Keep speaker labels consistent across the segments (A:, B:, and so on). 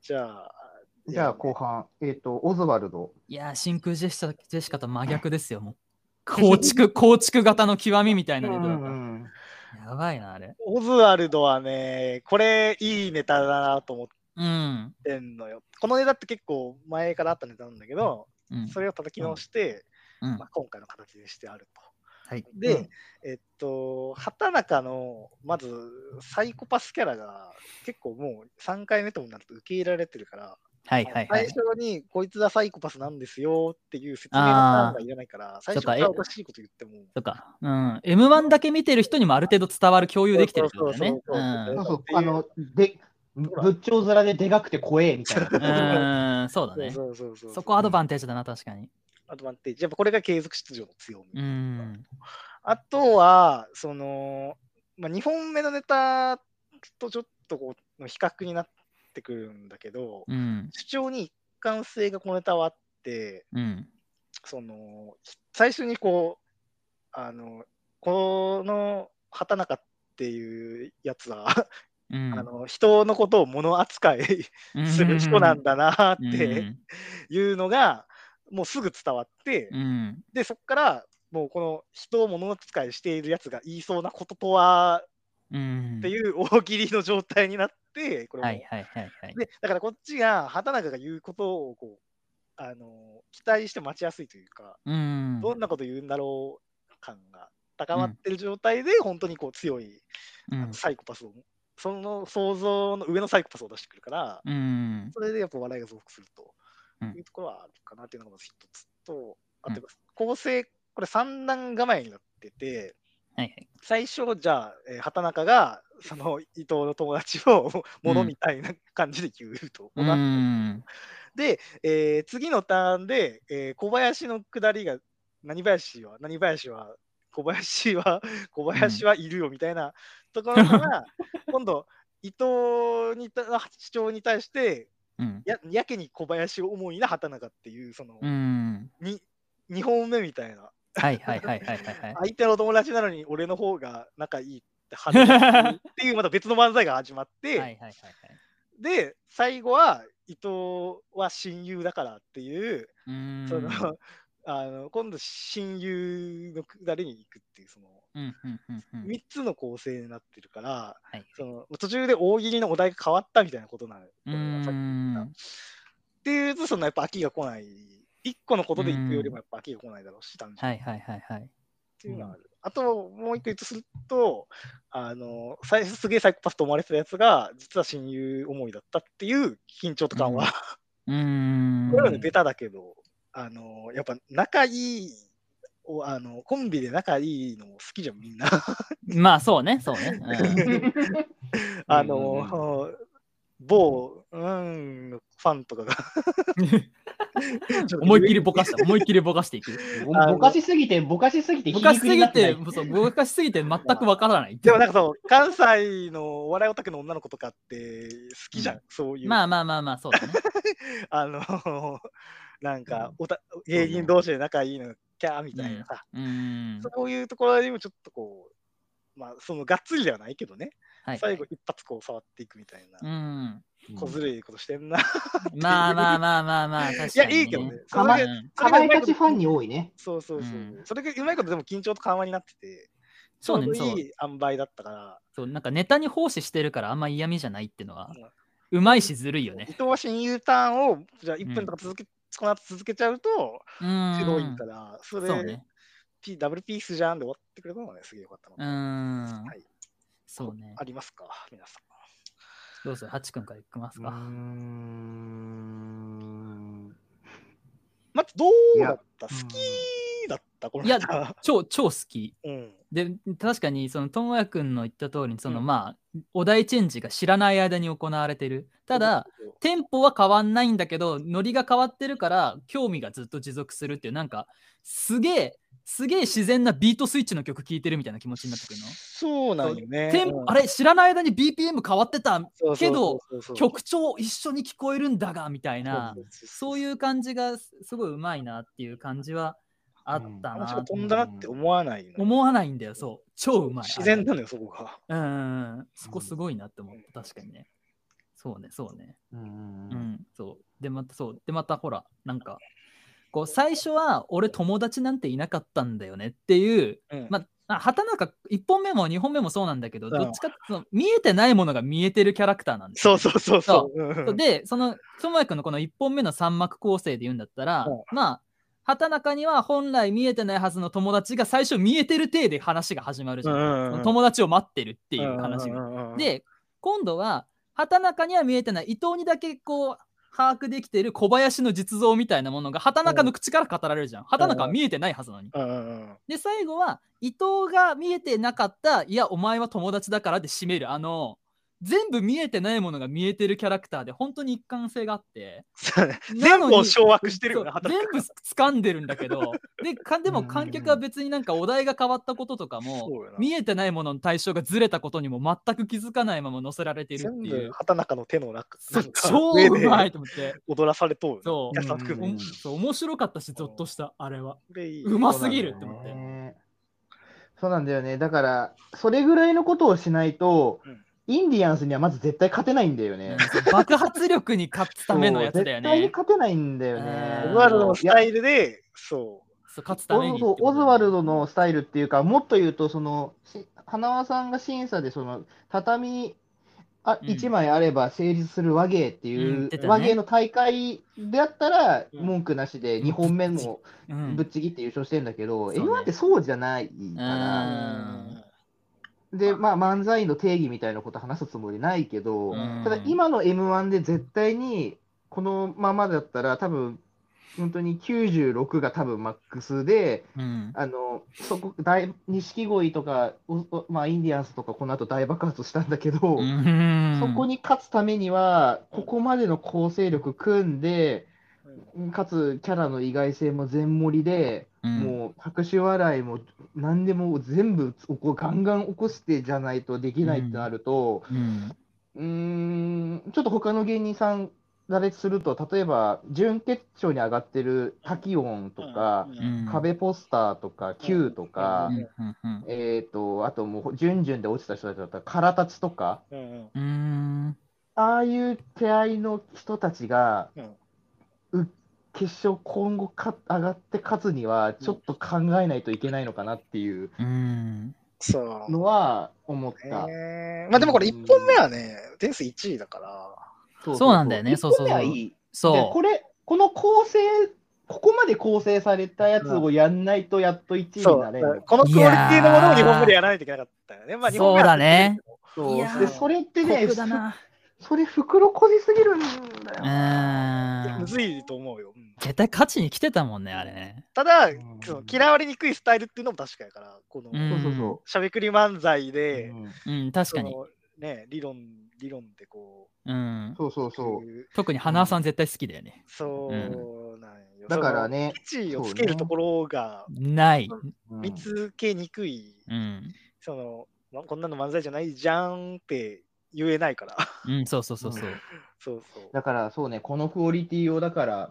A: じゃあ、
B: じゃあ後半、えっ、と、オズワルド。
C: いやー、真空ジェシカジェシカと真逆ですよ、もう。構 築、構築型の極みみたいなネタだった
B: ん、
C: やばいな、あれ。
A: オズワルドはね、これいいネタだなと思っ
C: うん。
A: てんのよ。このネタって結構前からあったネタなんだけど、
C: うん。
A: それを叩き直して、
C: うん
A: まあ、今回の形にしてあると。
C: はい。
A: で、
B: うん
A: えっと、畑中の、まず、サイコパスキャラが、結構もう3回目ともなると受け入れられてるから、
C: はいはいはい。
A: 最初に、こいつがサイコパスなんですよっていう説明のターンがいらないから、最初か
C: ちょ
A: ら
C: っ
A: お
C: とえ
A: かしいこと言っても、
C: とか、うん。M1 だけ見てる人にもある程度伝わる、共有できてるってことだよね。
A: そうそうそう
B: そううそう、あの、で、仏頂面ででかくて怖えみたいな。
C: ん。うん、そうだね。
A: そうそうそうう
C: そこアドバンテージだな、確かに。
A: アドバンテージ。やっぱこれが継続出場の強み。
C: うん。
A: あとは、その、まあ、2本目のネタとちょっとこうの比較になってくるんだけど、
C: うん。
A: 主張に一貫性がこのネタはあって、
C: うん。
A: その、最初にこう、あの、この畑中っていうやつは、
C: うん。
A: あの人のことを物扱い
C: うん
A: する人なんだな
C: うん
A: っていうのが、もうすぐ伝わって、
C: うん。
A: で、そこから、もうこの人を物扱いしているやつが言いそうなこととは
C: うん。
A: って
C: う
A: いう大喜利の状態になって、こ
C: ん。
A: れも
C: はいはいはいはい。
A: でだからこっちが畑中が言うことをこうあの期待して待ちやすいというか、
C: うん。
A: どんなこと言うんだろう感が高まってる状態で、本当にこう強い、
C: う
A: あ
C: ん
A: のサイコパスを、その想像の上のサイコパスを出してくるから、
C: うん。
A: それでやっぱ笑いが増幅する
C: う
A: と
C: ん
A: いうところはあるかなっていうのがまず一つと、あと構成、これ三段構えになってて、
C: はいはい。
A: 最初、じゃあ、えー畑中が、その伊藤の友達をものみたいな感じで言うと。
C: うん。
A: で、えー次のターンで、えー小林の下りが、何林は、何林は、小林は、 小林はいるよみたいなところから、今度、伊藤にた主張に対して
C: うん。
A: や、やけに小林を思いな畑中っていう、その、
C: うん。
A: に2本目みたいな、
C: はいはいはいはいはいはい。
A: 相手の友達なのに俺の方が仲いいって話 っていうまた別の漫才が始まっ
C: はい
A: て、
C: はいはいはい。
A: で最後は伊藤は親友だからっていう、
C: うん。
A: その あの今度親友のくだりに行くっていうその
C: うんうんうんうん。
A: 3つの構成になってるから
C: はい。
A: その途中で大喜利のお題が変わったみたいなことなのよこ
C: う
A: れはさっき言った
C: ん
A: っ。ていうとそのやっぱ飽きが来ない1個のことで行くよりもやっぱ飽きが来ないだろうし単純に
C: はいはいはいはい。
A: っていうのはある。あと、もう一個言うとすると、あの、最初すげえサイコパスと思われてたやつが、実は親友思いだったっていう緊張と感は、
C: うん。
A: これはねベタだけど、あの、やっぱ仲いいを、あの、コンビで仲いいの好きじゃん、みんな。
C: まあそうね、そうね。うん
A: あの、某、うん、ファンとかが。
C: 思いっきり
A: ぼ
C: ぼかして、思いっきりぼかしていく。
B: ぼかしすぎて、ぼかしすぎて、
C: ぼかしすぎて、
B: う
C: そうぼかしすぎて全くわからない。
A: でもなんかそう、関西のお笑いオタクの女の子とかって好きじゃん、
C: う
A: そういう。
C: まあまあまあまあ、そうだね。
A: あの なんかおた、芸人同士で仲いいの、キャーみたいなさ、
C: うん。
A: そういうところにもちょっとこう、まあ、そのがっつりではないけどね、
C: はい。
A: 最後一発こう触っていくみたいな
C: う、ん。
A: 小ずるいことしてん な。
C: まあまあまあまあまあ、確
A: い
C: か
A: や、
C: に、
A: いいけどね。そ
C: う
A: れ
C: ん
B: まあ
A: がそ
B: う
A: れ
B: か
A: が
B: ま
A: うまい
B: いた
A: こ
B: ち
A: と
B: ファンに多いね。
A: そうそうそう。
C: うん
A: それがうまいことでも緊張と緩和になってて、
C: そうね、
A: ちょ
C: そう
A: どいい塩梅だったから、
C: そう。なんかネタに奉仕してるからあんま嫌味じゃないってのは
A: うん、
C: うまいしずるいよ
A: 伊
C: ね。
A: 藤は親友ターンを、じゃあ1
C: う
A: 分
C: ん
A: とか続け、この後続けちゃうと、
C: う
A: すごい
C: ん
A: か。ら、それ、
C: そうね。
A: P、ダブルピースじゃんで終わってくれたのがね、すげえよかったの。
C: うん
A: はい。
C: そうね
A: あ。りますか、皆さん。
C: どうするハチ君からいきます
B: うー
C: か。
B: ん
A: まずどうい
B: や
A: だった好
B: うん
A: きだったこの
C: いや
A: 方。
C: 超、超好き。
A: うん。
C: で確かにその智也君の言った通りにその、
A: うん
C: まあお題チェンジが知らない間に行われてるただ、テンポは変わんないんだけどノリが変わってるから興味がずっと持続するっていうなんかすげえすげえ自然なビートスイッチの曲聴いてるみたいな気持ちになってくるの。
A: そうなんよね。
C: テンポあれ知らない間に BPM 変わってた
A: れ
C: けど、曲調一緒に聞こえるんだがみたいなそ
A: う。
C: ういう感じがすすごいうまいなっていう感じはあった
A: 話
C: な、
A: が飛んだなって思わないの。
C: 思わないんだよそう超うまい
A: 自然なのよ、そこが。
C: うんうんうん、そこすごいなって思った、確かにね。そうね、そうね。
B: うーん
C: うん。そう。で、また、そう。で、また、ほら、なんか、こう、最初は、俺、友達なんていなかったんだよねっていう、
A: うん
C: まあ、畑中、1本目も2本目もそうなんだけど、
A: うん
C: どっちかっていうと、見えてないものが見えてるキャラクターなんです
A: そうそうそうそう。うんうん
C: で、その、ともやくんのこの1本目の三幕構成で言うんだったら、
A: う
C: まあ、畑中には本来見えてないはずの友達が最初見えてる体で話が始まるじゃん。
A: うんうんうん
C: 友達を待ってるっていう話が。
A: うんうんうん、
C: で、今度は、畑中には見えてない、伊藤にだけこう、把握できてる小林の実像みたいなものが畑中の口から語られるじゃん。畑中は見えてないはずなのに。
A: うんうんうん
C: で、最後は、伊藤が見えてなかった、いや、お前は友達だからで締める、あの、全部見えてないものが見えてるキャラクターで、本当に一貫性があって、
A: そうね
C: な
A: 全
C: のに
A: 部を掌握してるよね、
C: そう
A: 畑
C: 全部掴んでるんだけど、でかでも
B: うん
C: 観客は別になんかお題が変わったこととかも、
A: そうやな
C: 見えてないものの対象がずれたことにも全く気づかないまま載せられてるっ
A: 全
C: てい
A: 部
C: う。
A: 畑中の手の中
C: そ
A: な
C: うん
A: か
C: 超
A: 上
C: う
A: で
C: まいと思って。
A: 踊らされとうよね
C: そ
A: キャスター含
C: う
A: め
C: おそう面白かったし、ゾッとした、あれは。
A: これいいう
C: ますぎるって思って。
B: て。そうなんだよね。だから、それぐらいのことをしないと、
A: うん
B: インディアンスにはまず絶対勝てないんだよ
C: う
B: ね
C: ん。そう爆発力に勝つためのやつだ
B: そ
C: よ
B: う絶対に
C: ね。
B: 勝てないんだよね。
C: うん
A: オズワルドのスタ
B: ル
A: イルで、そ
C: そう勝つためにってことだよ
B: オ
C: ね。
B: ズワルドのスタイルっていうか、もっと言うと、その、し花輪さんが審査で、その、畳あ
C: うん
B: 1枚あれば成立する和芸って
C: う
B: い
C: ん言ってた
B: う、
C: ね
B: 和芸の大会であったら、
A: うん
B: 文句なしで2本目も
C: う
B: ぶっ
C: ん、
B: ちぎって優勝してんだけど、
C: そうね
B: M1 ってそうじゃないか
A: う。
C: う
B: ら、
C: ん
B: で、まあ、漫才の定義みたいなこと話すつもりないけど、
C: うん
B: ただ今の M1 で絶対にこのままだったら多分本当に96が多分マックスで、
C: うん
B: あの、そこ、大、錦鯉とか、おおまあ、インディアンスとかこの後大爆発したんだけど、
C: うん
B: そこに勝つためには、ここまでの構成力組んで、かつキャラの意外性も全盛りで、
C: うん
B: もう拍手笑いも何でも全部ここガンガン起こしてじゃないとできないってなると、
C: うん
B: うーんちょっと他の芸人さん羅列すると、例えば準決勝に上がってるタキオンとか、
A: うん
C: うん
B: 壁ポスターとか、Q とか、
C: うんうんうん
B: えー、とあともう、準々で落ちた人たちだったら、カラタツとか、
A: うんうん
C: うん
B: ああいう手合いの人たちが、
A: うん
B: う決勝、今後か上がって勝つには、ちょっと考えないといけないのかなっていう
C: うん
A: そう。
B: のは思った。
A: ねまあでもこれ1本目はね、点数1位だから、
C: そうなんだよね
B: 一本目は
C: そうそうそう
B: いいじゃあ
C: そ
B: これ、この構成、ここまで構成されたやつをやんないとやっと1位
A: そ
B: になれる
A: う。このクオリティのものを2本目でやらないといけなかったよね。まあ、
C: そうだね
B: そう
C: いやー
B: で、それって
C: う
B: ね、
C: 酷だな
B: そそれ袋こじすぎるんだよ。
A: 二本目はむ
C: うん
A: ずいと思うよ。うん
C: 絶対勝ちに来てたもんねあれね
A: ただ、
B: うん
A: その嫌われにくいスタイルっていうのも確かやから、この
C: うん
B: そうそうそ
A: しゃべくり漫才
B: う。
A: で、
B: うん
C: うん確かに
A: そのね、理論、理論でこ
C: うん
B: そうそう
A: う、
B: そ
A: こ
B: う。
A: いう
C: 特に花輪さん絶対好きだよね
A: そうなんよ。
B: だからね、
A: その、位置をつけるところが
C: ない
B: うん
A: 見つけにくい、
C: うん
A: その、まこんなの漫才じゃないじゃんって言えないから。
C: うんそうそうそうそう
A: そうそう。
B: だからそうね、このクオリティをだから、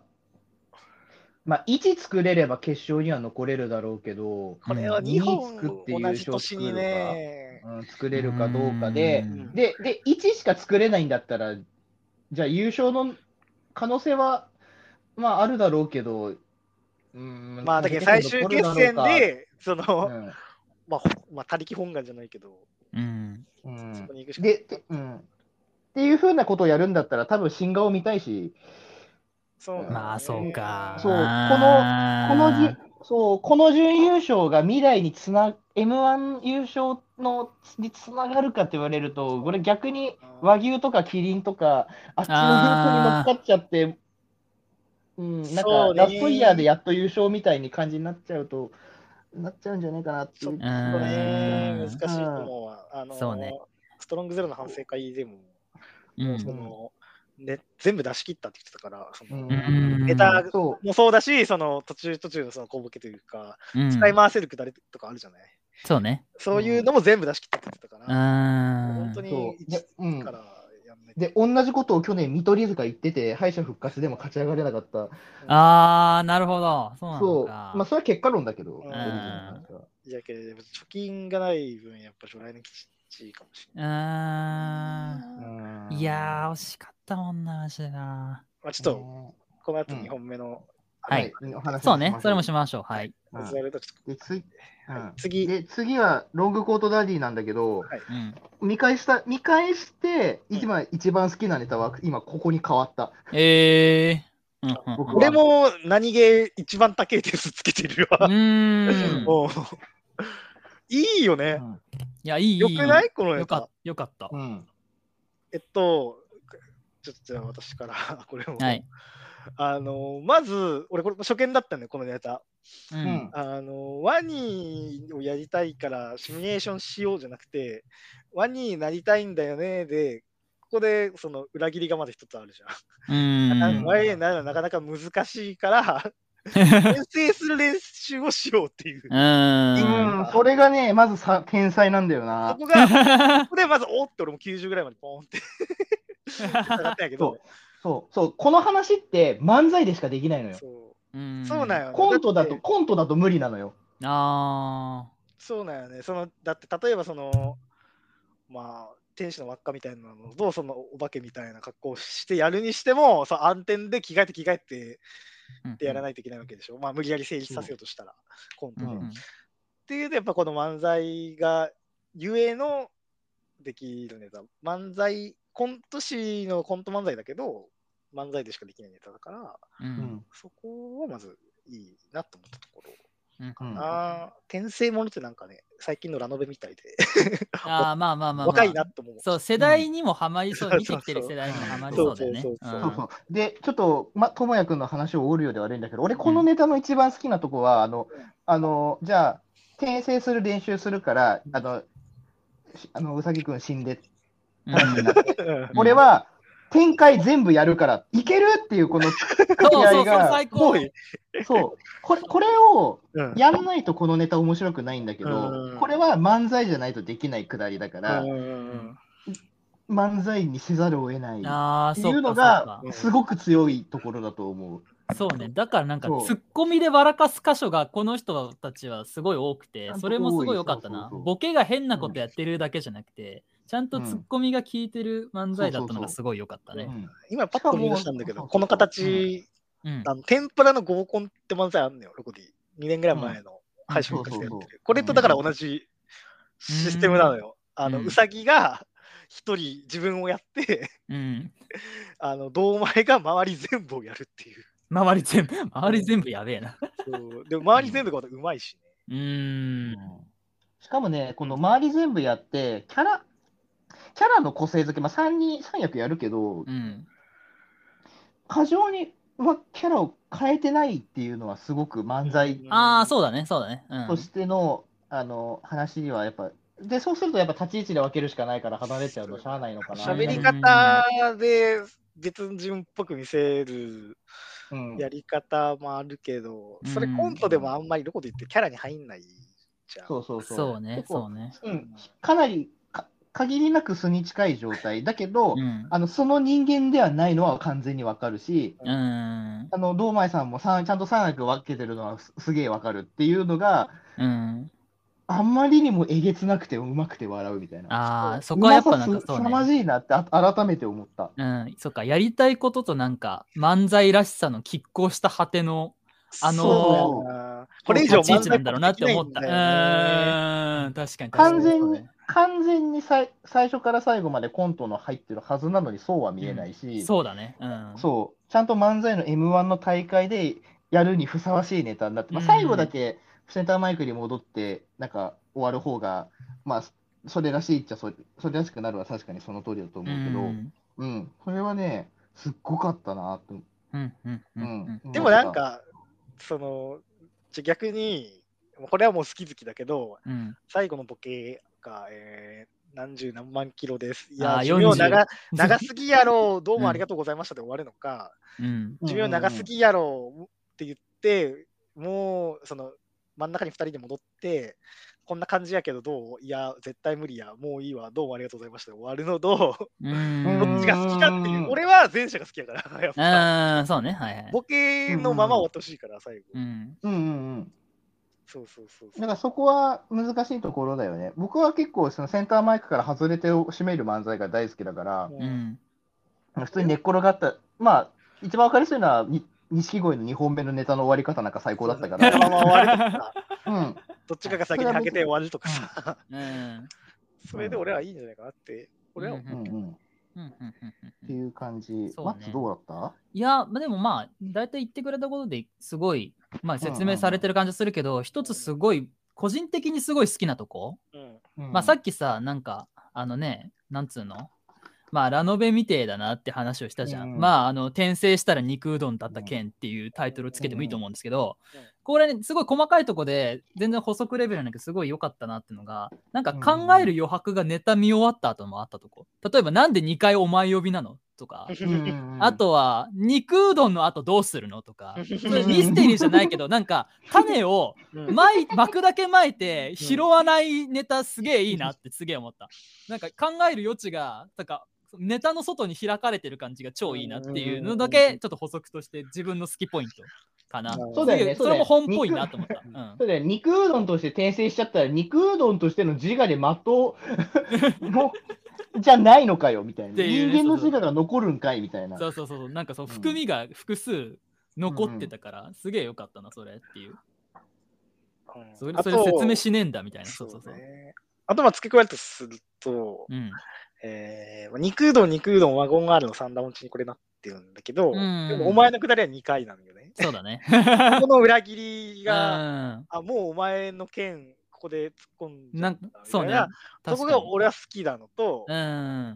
B: まあ、1作れれば決勝には残れるだろうけど、
A: これは
B: うん
A: 日本
B: 作って優
A: 同
B: 勝
A: じ年にね、
B: うん、作れるかどうかで、
C: ん
B: で、で、1しか作れないんだったら、じゃあ優勝の可能性は、まああるだろうけど、うん、
A: まあだけど最終決戦で、その、
B: 残るだろうか、
A: まあ、ほまあ、他力本願じゃないけど、
C: うん
B: うんうん
A: そこに行くしか
B: で、てうん。っていうふうなことをやるんだったら、多分新顔見たいし、
A: そうなんだよね
C: まあそうか
B: そうこのこの
C: こ
B: じそうこの準優勝が未来につな、m 1優勝のにつながるかって言われると、これ逆に和牛とかキリンとか、あっちの
C: あー
B: ルートに乗っかっちゃって、うん、なん
A: そ
B: か
A: うね
B: ラストイヤーでやっと優勝みたいに感じになっちゃうと、なっちゃうんじゃないかなって
A: ち
B: い
A: ょっ
B: う
A: と。
C: う
A: ね、
C: ん
A: 難しいと思うわ。あの
C: そうね
A: ストロングゼロの反省会でも、
C: う
A: そ
C: ん
A: のね、全部出し切ったって言ってたから、その
C: うん
A: ネタ
B: そ
A: もそうだし、その途中途中のその小ボケというか、
C: うん
A: 使い回せるくだりとかあるじゃない。
C: そうね
A: そういうのも全部出し切ったって言ってたか
C: う
A: ら、本
C: ん
A: 当
B: う
A: に
B: そう
A: 一
B: で、うん
A: か、らやんないと。
B: で同じことを去年、見取り図が言ってて、敗者復活でも勝ち上がれなかった、
C: あーなるほどそうな
B: そ
C: の
B: う、
C: か
B: まあ、それは結果論だけど、
A: うん
B: オリジナルの話は
A: じゃけど、貯金がない分、やっぱ将来のきちいかもしれない。
C: あ
B: う
C: ー
B: ん
C: いやー、惜しかっったもんな、マジでな。
A: まあ、ちょっと、この後2本目の、
C: はい
A: あの。
B: お話ししましょ
C: そうね、それもしましょう。はい。
B: うん
A: 座るとちょっ
B: でつい
A: と
B: うん
A: 次、
B: で次はロングコートダディなんだけど、
C: うん、
B: 見返した見返して
A: うん
B: 一番,、一番好きなネタは今ここに変わった。
C: えー。うんうん
B: 僕
A: 俺も何気一番高い点数つけてるわ
C: う。ー ん。
A: うんいいよね。
C: いや、いい。
A: よくないこの
C: よ
A: ネ
C: かっ
A: タ。
C: よかった
B: う。ん
A: えっと、ちょっとじゃあ私から これを。
C: はい。
A: あの、まず、俺これ初見だったんだよ、このネタ。
C: う。
B: うん
A: あの、ワニをやりたいからシミュレーションしようじゃなくて、ワニになりたいんだよね、で、ここでその裏切りがまだ一つあるじゃん。
C: う
A: あ
C: ん
A: の。ワイエンならなかなか難しいから、遠征する練習をしようっていう。
C: うん。
B: うん、それがね、まずさ天才なんだよ
A: そ
B: な。
A: こが、ここでまず、おーって俺も90ぐらいまでポーンって 上がったんやけど、
B: そう、そう、この話って漫才でしかできないのよ。
A: そうう。
C: ん
A: そうなんよ、ね。
B: コントだ
A: って
B: と、コントだと無理なのよ。
C: あ
A: そうなんよね。そのだって例えばそのまあ天使の輪っかみたいなのとそのお化けみたいな格好をしてやるにしてもそう暗転で着替えて着替えて
C: あ。
A: ってやら
C: い。
A: ないといけないわけでしょ。まあ無理やり成立させようとしたら、コント
C: う
A: で。
C: ん
A: っ
C: うん
A: ていうとやっぱこの漫才がゆえのできるネタ。漫才コント師のコント漫才だけど漫才でしかできないネタだから
B: う
C: う
B: んん。
A: そこはまずいいなと思ったところ。
B: うん
A: ああ、転生ものってなんかね、最近のラノベみたいで、
C: ああ、まあまあまあまあ。
A: 若いなと思う。
C: そう、世代にもハマりそう
A: う。ん
C: 見てきてる世代にもハマり
A: そ
C: そう
A: う
C: だ
A: そう
C: よね。
A: そうそう
C: うん
B: そうそうで、ちょっと、ま、ともやくんの話を折るようで悪いんだけど、俺、このネタの一番好きなとこは、あの
A: うん、
B: あの、じゃあ、転生する練習するから、あの、しあのうさぎくん死んで、
C: うん
B: 話になって
A: うん
B: 俺は、展開全部やるから、いけるっていう、この掛け合い
C: そうそうそう
B: が
C: 最、高
B: そう、これ、これを、
A: うん
B: やんないとこのネタ面白くないんだけ
A: う
B: ど
A: ん、
B: これは漫才じゃないとできないくだりだから
A: う、ん
B: 漫才にせざるを得ない。
C: ああ、
B: って
C: そ
B: いうう
C: か
B: の
C: そう
B: が
C: か。
B: すごく強いところだと思う。
C: そうね。だからなんか、
B: そう
C: ツッコミで笑かす箇所がこの人たちはすごい多くて、それもすごい良かった
B: そう
C: な。
B: そうそう
C: ボケが変なことやってるだけじゃなくて、ちゃんとツッコミが効いてる漫才だったのがすごい良かった
B: う
C: ね。
B: ん
A: 今パッと思い出したんだけ
B: しか
A: ど、
B: も
A: この形、
C: うん。
A: あの天ぷらの合コンって漫才あんのよ、ロコディ。2年ぐらい前の配信
B: うん
A: としてやって
B: そうそう
A: る。これとだから同じシステムなのよ。あの、
C: うん
A: うさぎが一人自分をやって、
C: うん。
A: あの、堂前が周り全部をやるっていう。
C: 周り全部、周り全部やべえな。
A: そうでも周り全部がまたうまいしね。
C: うーん。
B: しかもね、この周り全部やって、キャラ、キャラの個性づけ、まあ、3人、3役やるけど
C: う、ん。
B: 過剰にはキャラを変えてないっていうのはすごく漫才
C: ああ、そうだね、そうだね。うん
B: としての、あの、話にはやっぱ、で、そうするとやっぱ立ち位置で分けるしかないから離れちゃうのしゃあないのかな。
A: 喋り
C: が
A: 方で別人っぽく見せる
B: うん
A: やり方もあるけど、それ
C: うん
A: コントでもあんまりどこで言ってキャラに入んないじゃん。
B: そうそうそう。
C: そうね、
B: 結構
C: そうね。
B: うん、かなりか限りなく素に近い状態だけど、
C: うん。
B: あのその人間ではないのは完全にわかるし、
C: うん。
B: あの堂前さんもさんちゃんと3役分けてるのはすすげえわかるっていうのが、
C: うん。
B: あんまりにもえげつなくてうまくて笑うみたいな。
C: ああ、そこはやっぱなん
B: うまさす
C: かそう
B: 凄ま
C: ね。
B: じいなってあ改めて思った。
C: うん、そっか、やりたいこととなんか、漫才らしさの拮抗した果てのあのー
A: そうだよなこれ以上
C: 立ち位
A: 漫
C: 置
A: 才
C: な
A: っ
C: ん
A: ぽ
C: だろ
A: くで
C: うなっ
A: き
C: て
A: ない
C: 思
A: ん
C: った。う
A: だよね
C: ーん、確かに確か
B: 完
C: に。
B: 全に、完全にさい最初から最後までコントの入ってるはずなのにそうは見えないし、
C: そうだね。うん。
B: そう、ちゃんと漫才の M1 の大会でやるにふさわしいネタになって、まあ、
C: うん
B: 最後だけセンターマイクに戻って、なんか終わる方が、まあ、それらしいっちゃそ、それらしくなるは確かにその通りだと
C: う
B: 思うけど、うん、
C: ん。
B: それはね、すっごかったなと、
C: うん。うん。
B: う
C: うんん。
A: でもなん、か、その、じゃ逆に、これはもう好き好きだけど、
C: うん。
A: 最後のボケが、えー何十何万キロです。い
C: あ
A: や、寿
C: ー
A: 命長
C: 40
A: 長すぎやろ、どうもありがとうございましたで終わるのか、
C: うん。
B: うん
A: 寿命長すぎやろって言って、もうその真ん中に2人で戻って、こんな感じやけどどういや、絶対無理や、もういいわ、どうもありがとうございましたで終わるのと、
C: うん。
A: どっちが好きかっていうう、
B: ん
A: 俺は前者が好きやから、やっぱ
C: うん、そうね。はいはい。
A: ボケのまま終わってほしいから、最後
C: う。ん。
B: うんうんうん。
A: そうそうそう
B: だ
A: そ
B: か
A: う。
B: らそこは難しいところだよね。僕は結構そのセンターマイクから外れてを締める漫才が大好きだから、
A: もう
C: うん。
B: 普通に寝っ転がった、まあ、一番わかりやすいのは、に錦鯉の2本目のネタの終わり方なんか最高だったか
A: そのま
B: ら、
A: ま終わるとかさ、
B: うん、
A: どっちかが先にはけて終わるとかさ、
C: うん。
A: それで俺はいいんじゃないかなって、俺は思う
C: う
B: うん、
C: ん
B: うん、っ
C: うんうんうんうん
B: ていう感じ。
C: そうね
B: マッツどうだった
C: いや、まあでもまあ、大体言ってくれたことですごい、まあ説明されてる感じするけど、一つすごい、個人的にすごい好きなとこ、
A: うん
C: まあさ
B: き、
C: っきさ、なんか、あのね、なんつうのまあラノベみてえだなって話をしたじゃん。
B: うん
C: まあ、あの、転生したら肉うどんだった件っていうタイトルつけてもいいと思うんですけど
A: うんうん、
C: これ、ね、すごい細かいとこで、全然補足レベルなんだけど、すごい良かったなっていうのが、なんか考える余白がネタ見終わった後もあったとこ。例えば、なんで2回お前呼びなのとか。
B: うん
C: あ、とは肉うどんの後どうするのとか
A: うん
C: それミステリーじゃないけどなんか種を
A: うん
C: まい巻くだけまいて拾わないネタすげえいいなってすげえ思ったなんか考える余地がなんかネタの外に開かれてる感じが超いいなっていうのだけちょっと補足として自分の好きポイントかな
B: そうだよね
C: それも本っぽいなと思った、うん
B: そうだよね肉うどんとして転生しちゃったら、肉うどんとしての自 我でまとうもうじゃないのかよ、みたい
C: っ
B: な。
C: ていうね
B: 人間の自我が残るんかい、みたいな。
C: そうそうそうそうなんかその含みが複数残ってたから、すげえよかったなそれっていう
A: うん
C: それ
A: あ
C: それ
A: と
C: 説明しねえんだみたいな
A: そ
C: そううそうそう
A: ねあとまあ付け加えるとすると、
C: うん
A: えーまあ肉うどん、肉うどん、ワゴン R の三段落ちにこれなってるんだけど、
C: うん
A: でもお前のくだりは2回なんだよ ね。
C: そうだね。
A: この裏切りが、
C: うん
A: あ、もうお前の件、ここで突っ込んじゃ
C: な
A: っ
C: ん
A: たみたい
C: そうね。
A: そこ
C: 確か
A: が
C: に
A: 俺は好きなのと、
C: うん。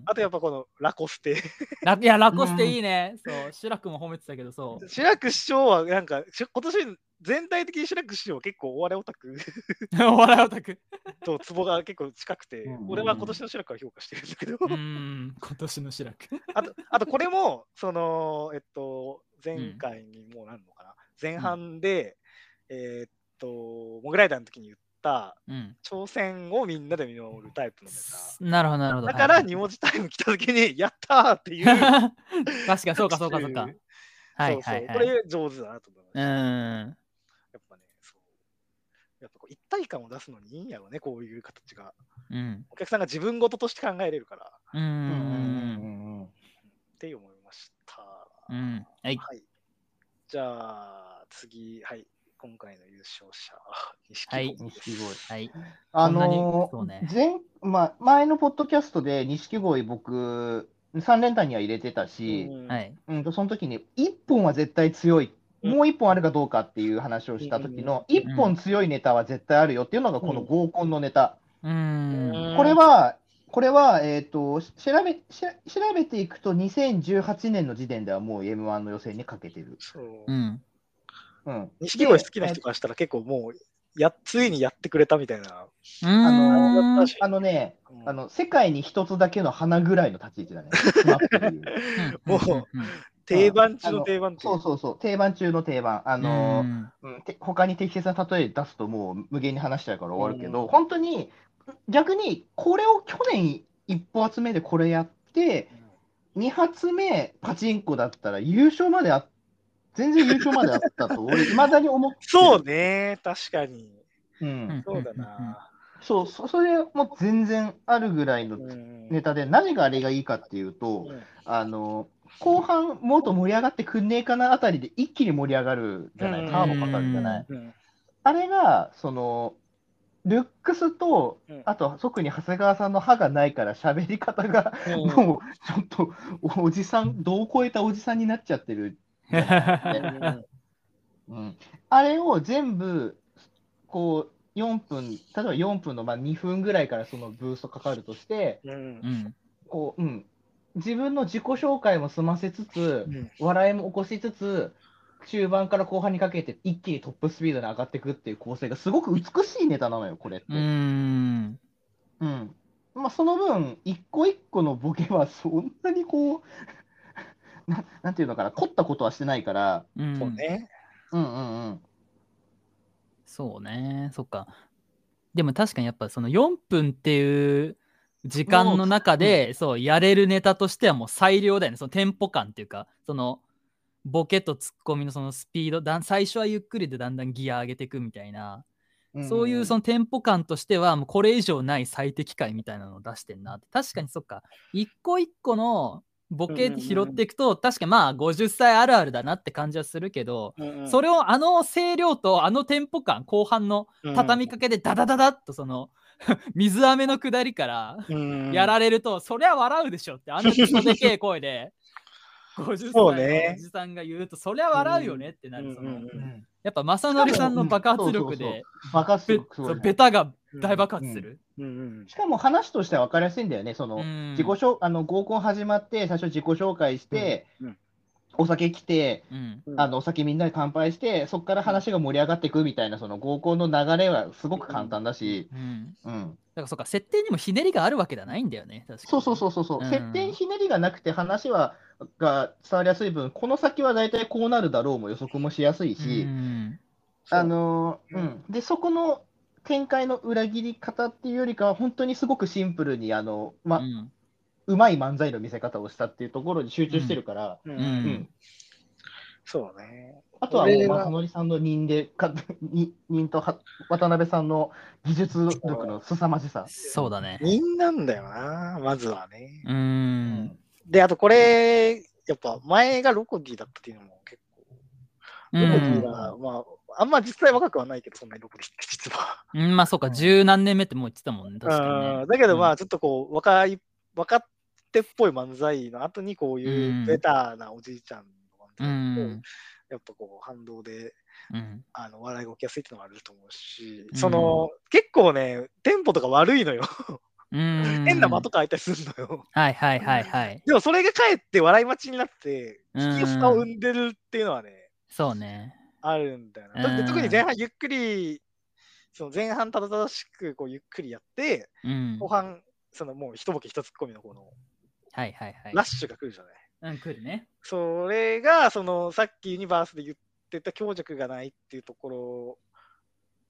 A: あとやっぱこのラコステ。
C: ラいや、ラコステいいね。そう、シュラクも褒めてたけど、そ
A: 志らく師匠はなんか、し今年全体的に志らく師匠は結構お笑いオタク
C: う。お 笑いオタク。
A: とツボが結構近くて
B: うんうんう、ん
A: 俺は今年の志らくは評価してるんだけど、
C: うん、今年のシュラク。
A: あと、あとこれも、その、えっと、前回にもうなんのかな、前半で、えーっと、モグライダーの時に言った、
C: うん。
A: 挑戦をみんなで見守るタイプのネ
C: なるほど、なるほ
A: タ。
C: ど。
A: だから
C: はい
A: 2文字タイム来た時に、 やったーっていう。
C: 確かに、 そうか、そうか、そうか。はい、は
A: そうそ
C: いうは
A: こ
C: い。
A: れ上手だなと思いました。
C: う
A: やっ
C: ん。
A: ぱね、そう。やっぱこう一体感を出すのにいいんやろね、こういう形が。
C: うん。
A: お客さんが自分事として考えれるからっ
C: うん。う
B: うんうん
C: ん
B: うんうん
A: て思いました。
C: うん。うんはい。
A: はい。じゃあ、次、はい。今回の優勝者、錦
C: はい
A: 鯉です。
B: 錦鯉
C: はい。
B: あ
C: そ
B: の
C: んなに
B: ー前まあ、前のポッドキャストで錦鯉僕3連単には入れてたし、
A: うん
C: はい。
B: うんとその時に1本は絶対強い、
A: うん
B: もう1本あるかどうかっていう話をした時の
C: ん
B: 1本強いネタは絶対あるよっていうのがこの合コンのネタ、
C: うん。
B: これはこれは、えー、とし調べし調べていくと2018年の時点ではもう m 1の予選にかけてる、
A: そうう。
C: ん。
B: うん、
A: 錦鯉好きな人からしたら結構もう、やついにやってくれたみたいな。
C: あ
A: の
C: うん
A: ー
B: あのね
A: うん
B: あの世界に一つだけの花ぐらいの立ち位置だね SMAP っていう
A: もう定番中の定番中
B: そうそうそう、定番中の定番。あ
C: あ
B: のー、うんて他に適切な例え出すともう無限に話しちゃうから終わるけ
A: う
B: ど、
A: ん
B: 本当に逆にこれを去年一発目でこれやって、二発目パチンコだったら優勝まであ全然優勝まであったと俺いまだに思ってる
A: そうね、確かに。
B: うん、
A: そうだな。
B: そうそそれも全然あるぐらいの
A: うん
B: ネタで何があれがいいかっていうと、
A: うん
B: あの後半もっと盛り上がってくんねえかなあたりで一気に盛り上がるじゃな
A: う
B: い
A: ん
B: カーボかかるじゃない、
A: うん
B: あれがそのルックスと
A: うん
B: あと特に長谷川さんの歯がないから喋り方が
A: うん
B: もうちょっとおおじさん度を超えたおじさんになっちゃってる、
A: うん
B: うん、あれを全部こう4分例えば4分のまあ2分ぐらいからそのブーストかかるとして
A: うん
C: うん。
B: こう、うん、自分の自己紹介も済ませつつ、
A: うん
B: 笑いも起こしつつ、中盤から後半にかけて一気にトップスピードに上がっていくっていう構成がすごく美しいネタなのよ、これって。
C: うん。うん
B: うんまあ、その分、一個一個のボケはそんなにこう、 ななんていうのかな、凝ったことはしてないから、
C: うん
A: そうね。
B: うんうんうん。
C: そうね、そっか。でも確かにやっぱその4分っていう時間の中で、そう、やれるネタとしてはもう最良だよね。そのテンポ感っていうか、そのボケとツッコミのそのスピード、だん最初はゆっくりでだんだんギア上げていくみたいな、そういうそ
B: の、
C: のテンポ感としてはもうこれ以上ない最適解みたいなのを出してんなって。確かにそっか、一個一個のボケ拾っていくと、確かまあ50歳あるあるだなって感じはするけど、それをあの声量とあのテンポ感後半の畳みかけでダダダダッとその 水飴の下りからやられると、そりゃ笑うでしょってあんなクソでけえ声で50歳の
A: そ
C: お
A: うね
C: じさんが言うとそりゃ笑うよねってなる、その
A: うん
B: うん
C: やっぱ正則さんの爆発力で
B: 爆発
C: べ
B: 力すごいね
C: ベタが大爆発する。
A: うん
B: しかも話としては分かりやすいんだよね。その、
C: うん
B: 自己紹あの合コン始まって、最初自己紹介して、
A: うんうん
B: お酒来て、
C: うん
A: うん
B: あのお酒みんなで乾杯して、そこから話が盛り上がっていくみたいな、その合コンの流れはすごく簡単だし、
C: うん
B: うん、
C: だからそうか設定にもひねりがあるわけじゃないんだよね。確かに
B: そうそうそうそうそう、
C: うん
B: 設定ひねりがなくて話はが伝わりやすい分、この先は大体こうなるだろうも予測もしやすいし、
C: うん
B: あのー
A: う
B: うんん、でそこの展開の裏切り方っていうよりかは、本当にすごくシンプルに、あのま
C: うん
B: うまい漫才の見せ方をしたっていうところに集中してるから、
A: う
C: うん
A: うん
C: ん
A: そうね。
B: あとはも
A: これ
B: う、
A: は
B: まさのりさんの人で、かに人とは渡辺さんの技術力の凄まじさ。
C: そうだね。
A: みんなんだよな、まずはね。
C: う。
B: うんん
A: で、あとこれ、やっぱ前がロコディだったっていうのも結構。
C: う
A: ロコディ
C: ん
A: が、まあ、あんま実際若くはないけど、そんなにロコディって実は。
C: うん。まあそうか、十何年目ってもう言ってたもんね。確かに
A: う
C: ね
A: ん。だけどま
C: う
A: あ、ちょっとこう、若い、若手っぽい漫才の後にこういうんうベターなおじいちゃんの漫才を、
C: うん
A: やっぱこう反動で
C: うん
A: あの笑いが起きやすいってのもあると思うし、
C: うん
A: その結構ね、テンポとか悪いのよ。
C: う ん
A: 変な間とか開いたりするのよ。
C: はいはいはいはい。
A: でもそれがかえって笑い待ちになって、
C: うん
A: 引き差を生んでるっていうのはね、
C: そうね。
A: あるんだよな。
C: うん
A: 特に特に前半ゆっくり、その前半ただただしくこうゆっくりやって、
C: うん。
A: 後半、そのもう一ボケ一ツッコミのこの
C: はいはいはい。
A: ラッシュが来るじゃない。
C: うん、来るね。
A: それが、そのさっきユニバースで言ってた強弱がないっていうところ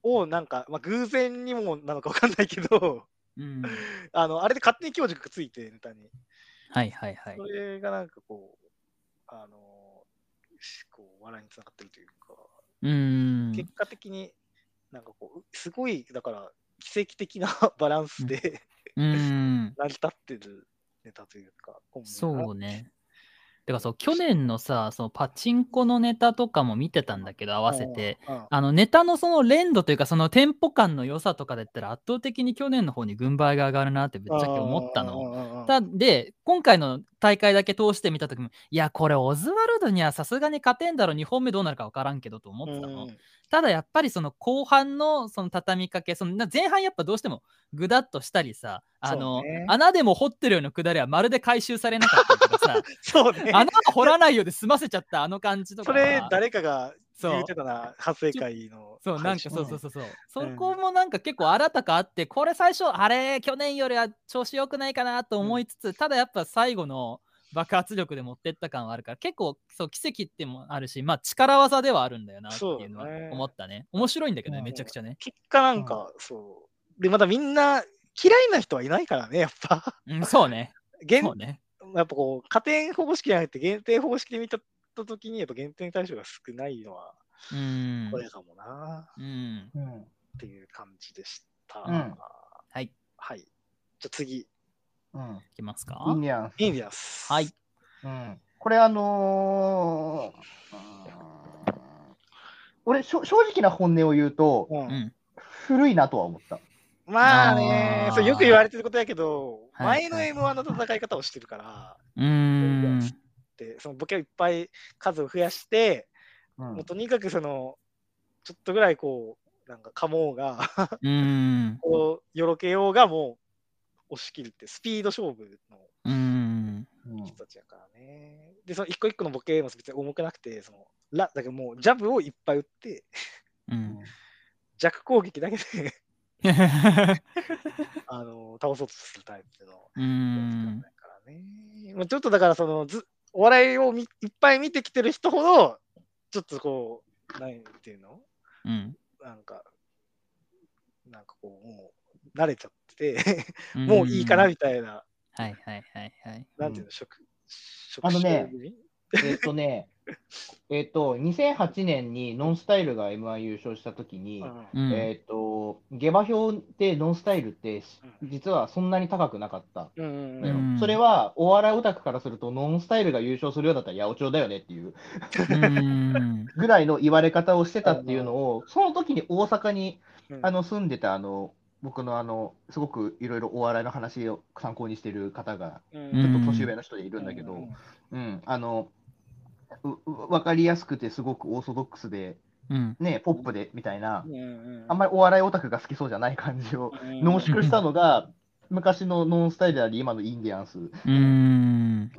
A: を、なんか、まあ、偶然にもなのかわかんないけど、
C: うん。
A: あのあれで勝手に強弱ついて、ネタに。
C: はいはいはい
A: そ。れがなんかこう、あのしこう笑いにつながってるというか、
C: うん。
A: 結果的になんかこう、すごい、だから奇跡的な バランスで
C: うん。
A: 成り立ってるネタというか、コンビだな
C: そうね。てかそう、去年のさ、そのパチンコのネタとかも見てたんだけど、合わせて。。
A: うん
C: あのネタのその連度というかそのテンポ感の良さとかだったら圧倒的に去年の方に軍配が上がるなってぶっちゃけ思ったの。。たで今回の大会だけ通してみた時もいやこれオズワルドにはさすがに勝てんだろ2本目どうなるか分からんけどと思ってたの、ただやっぱりその後半のその畳みかけそのな前半やっぱどうしてもぐだっとしたりさあ
A: そ
C: の、
A: うね
C: 穴でも掘ってるようなくだりはまるで回収されなかったりとかさ
A: そう ね。
C: 穴は掘らないようで済ませちゃったあの感じとか
A: そ
C: は
A: れ、誰かが
C: そ
A: 言
C: う
A: ってたな、発生会の。
C: そう、なんか
A: 配信
C: そうそう
A: うん
C: そうそう。
A: うん
C: そこもなんか結構新たかあって、これ最初、あれ、去年よりは調子良くないかなと思いつつ、ただやっぱ最後の爆発力で持ってった感はあるから、結構そう奇跡ってもあるし、まあ力技ではあるんだよなっていうのは
A: そうだね
C: 思ったね。面白いんだけどね、
B: うん
C: めちゃくちゃね。
A: 結果なんか、そう。で、またみんな嫌いな人はいないからね、やっぱ。
C: うん、そうね。
A: 現
C: そうね。
A: やっぱこう、加点方式じゃなくて減点方式で見たときに、やっぱ減点対象が少ないのは、
C: うん
A: こ。れかもな
C: うん。
B: うん
A: っていう感じでした。
B: うん
C: はい、い
A: はい。じゃあ次、
B: うん
C: きますか。
B: インディアンス
A: インディアンス。
C: はい。
B: うんこれあのーうん俺しょ正直な本音を言うと
A: う、
C: うんん。
B: 古いなとは思った。
A: まあね
C: あー
A: そう、よく言われてることやけど、
C: はい
A: 前の M1 の戦い方をしてるから、
C: うーん。
A: でそのボケをいっぱい数を増やして、
B: うん
A: もうとにかくその、ちょっとぐらいこう、なんか、かもうが、
C: うーん。
A: こう、よろけようがもう、押し切るって、スピード勝負の
C: うー ん。
B: うん
A: 人たちやからね。で、その一個一個のボケも別に重くなくて、そのラだけどもうジャブをいっぱい打って、
C: うん。
A: 弱攻撃だけで あの倒そうとするタイプの人た
C: う
A: ち
C: ん。
A: だからね。まあ、ちょっとだから、そのずお笑いをみいっぱい見てきてる人ほど、ちょっとこう、なんていうの
C: うん。
A: なんか、なんかこう、もう慣れちゃってて、もういいかなみたいな、
C: はいはいはいはい。
A: なんていうの、食、食
B: あのね
A: 傷気味
B: えっとね、えっと、2008年にノンスタイルが M1 優勝したときに、
A: うん
C: うん
B: えっと、下馬評でノンスタイルって、実はそんなに高くなかった。
A: うんうん
B: の
A: う
B: よ
A: ん
C: ん
B: それはお笑いオタクからすると、ノンスタイルが優勝するようだったら八百長だよねっていう
C: うん
B: ぐらいの言われ方をしてたっていうのを、その時に大阪に
A: うん
B: あの住んでたあの僕のあのすごくいろいろお笑いの話を参考にしてる方が
A: うん
C: う
B: ち
C: ん
B: ょっと年上の人でいるんだけど、
A: うん
B: うん、あの、分かりやすくてすごくオーソドックスで、
C: うん
B: ね、ポップでみたいな
A: う、ん
B: あんまりお笑いオタクが好きそうじゃない感じを
A: うん
B: 濃縮したのが、昔のノンスタイルであり、今のインディアンス。
C: うん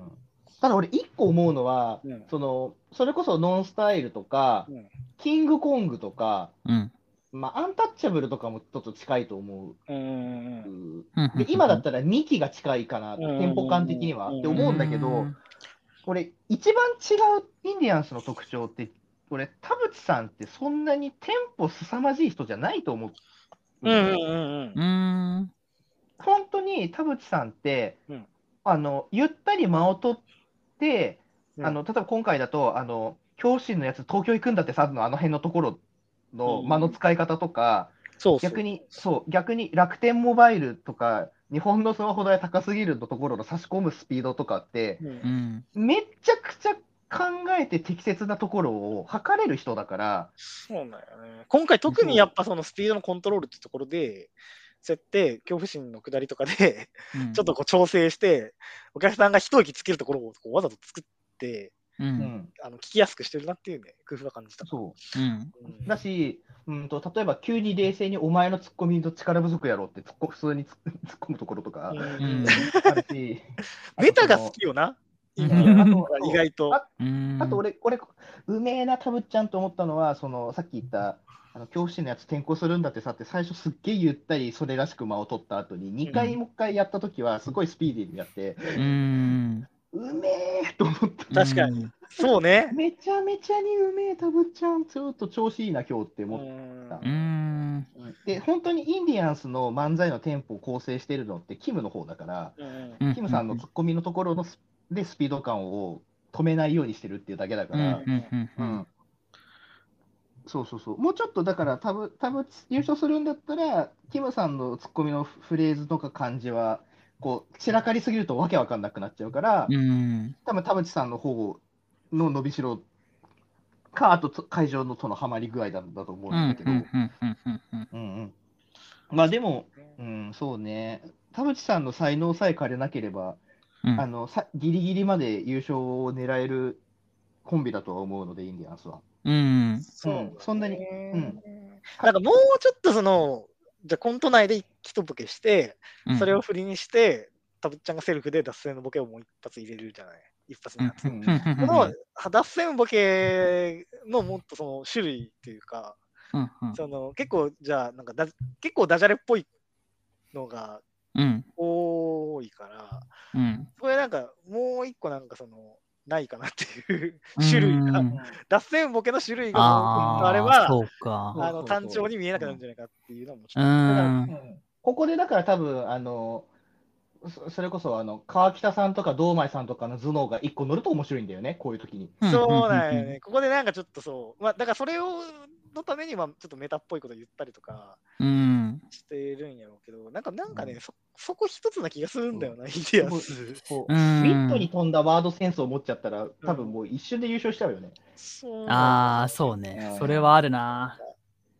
B: ただ俺、一個思うのは、
A: うん
B: その、それこそノンスタイルとか、
A: うん
B: キングコングとか、
C: うん
B: まあ、アンタッチャブルとかもちょっと近いと思
A: うんうん
B: う。
C: うん
B: で今だったら2期が近いかな、
A: うん
B: テンポ感的には、
A: うん
B: って思うんだけど、これ一番違うインディアンスの特徴ってこれ田淵さんってそんなにテンポ凄まじい人じゃないと思う、
A: うんうんうん
C: うんうん
B: 本当に田淵さんって、
A: うん
B: あのゆったり間を取って、
A: うん
B: あの例えば今回だとあの教師のやつ東京行くんだってさのあの辺のところの間の使い方とか、
A: そうそう
B: 逆にそう逆に楽天モバイルとか日本のスマホ代高すぎるのところの差し込むスピードとかって、
A: うん
C: うん
B: めちゃくちゃ考えて適切なところを測れる人だから、
A: そうだよね。今回特にやっぱそのスピードのコントロールってところで、そうやって恐怖心の下りとかで、
C: うん
A: ちょっとこう調整して、お客さんが一息つけるところをこうわざと作って、
C: う
B: うん
A: あの聞きやすくしてるなっていうね、工夫は感じた。
B: そ
C: うん
A: うん
B: うだし、うんと、例えば急に冷静にお前のツッコミの力不足やろって突っ込 普通に突っ突っ込むところとか
A: うん
C: うん
B: あるし、
A: ベタが好きよな、
B: う
A: イン
B: ん
A: ディアン
B: あ
A: ス
B: と
A: は 意外と。
C: うん
B: あと俺、俺、うめえな、たぶっちゃんと思ったのは、そのさっき言った、あの教師のやつ転校するんだってさって、最初すっげえゆったり、それらしく間を取った後に、2回、もう一回やったときは、すごいスピーディーにやって、
C: うん
B: うめえと思った。
A: 確かにそうね。
B: めちゃめちゃにうめえ、たぶっちゃん、ちょっと調子いいな、今日って
A: う
B: 思っ
A: ん
B: た
C: うん
B: で本当にインディアンスの漫才のテンポを構成しているのってキムの方だから、
A: うん
C: うん
B: キムさんのツッコミのところのスでスピード感を止めないようにしてるっていうだけだか
C: うん
B: ら、
C: うんう
B: うん
C: ん
B: そうそうそう、もうちょっとだから、多分多分優勝するんだったら、キムさんのツッコミのフレーズとか感じは、こう散らかりすぎるとわけわかんなくなっちゃうから、
C: うん
B: 多分田淵さんの方の伸びしろか、あとつ会場のそのハマり具合なんだと思うんだけど。うんうん、まあでも、うん、そうね、田淵さんの才能さえ借りなければ、あのさギリギリまで優勝を狙えるコンビだとは思うので、インディアンスは。
C: うん
A: そうだね
B: そんなにん
A: なんかもうちょっとその、じゃあコント内で一ボケして、それを振りにして、たぶっちゃんがセルフで脱線のボケをもう一発入れるじゃない。一発目のやつ。
B: う
A: こ
B: ん
A: の脱線ボケのもっとその種類っていうか、その結構じゃあなんかだ結構ダジャレっぽいのが多いから、それなんかもう一個なんかそのないかなっていう種類が、
C: うん
A: 脱線ボケの種類が多く
C: あ
A: あれば、
C: そうか
A: あの
B: そうそうそう
A: 単調に見えなくなるんじゃないかっていうのもち
C: う
A: ょっと
C: ん
B: ここでだから多分あのそそれこそあの川北さんとか堂前さんとかの頭脳が1個乗ると面白いんだよね、こういう時に。
A: そうなんよね。ここでなんかちょっとそう、まあだからそれをのためにはちょっとメタっぽいこと言ったりとか
C: うん
A: してるんやろうけど、なんかなんかね、
B: うん
A: そそこ一つな気がするんだよな、インディアンス。
B: こ
C: う
B: うミ
C: ん
B: ットに飛んだワードセンスを持っちゃったら、多分もう一瞬で優勝しちゃうよね。
A: そう
C: ああそうねそれはあるな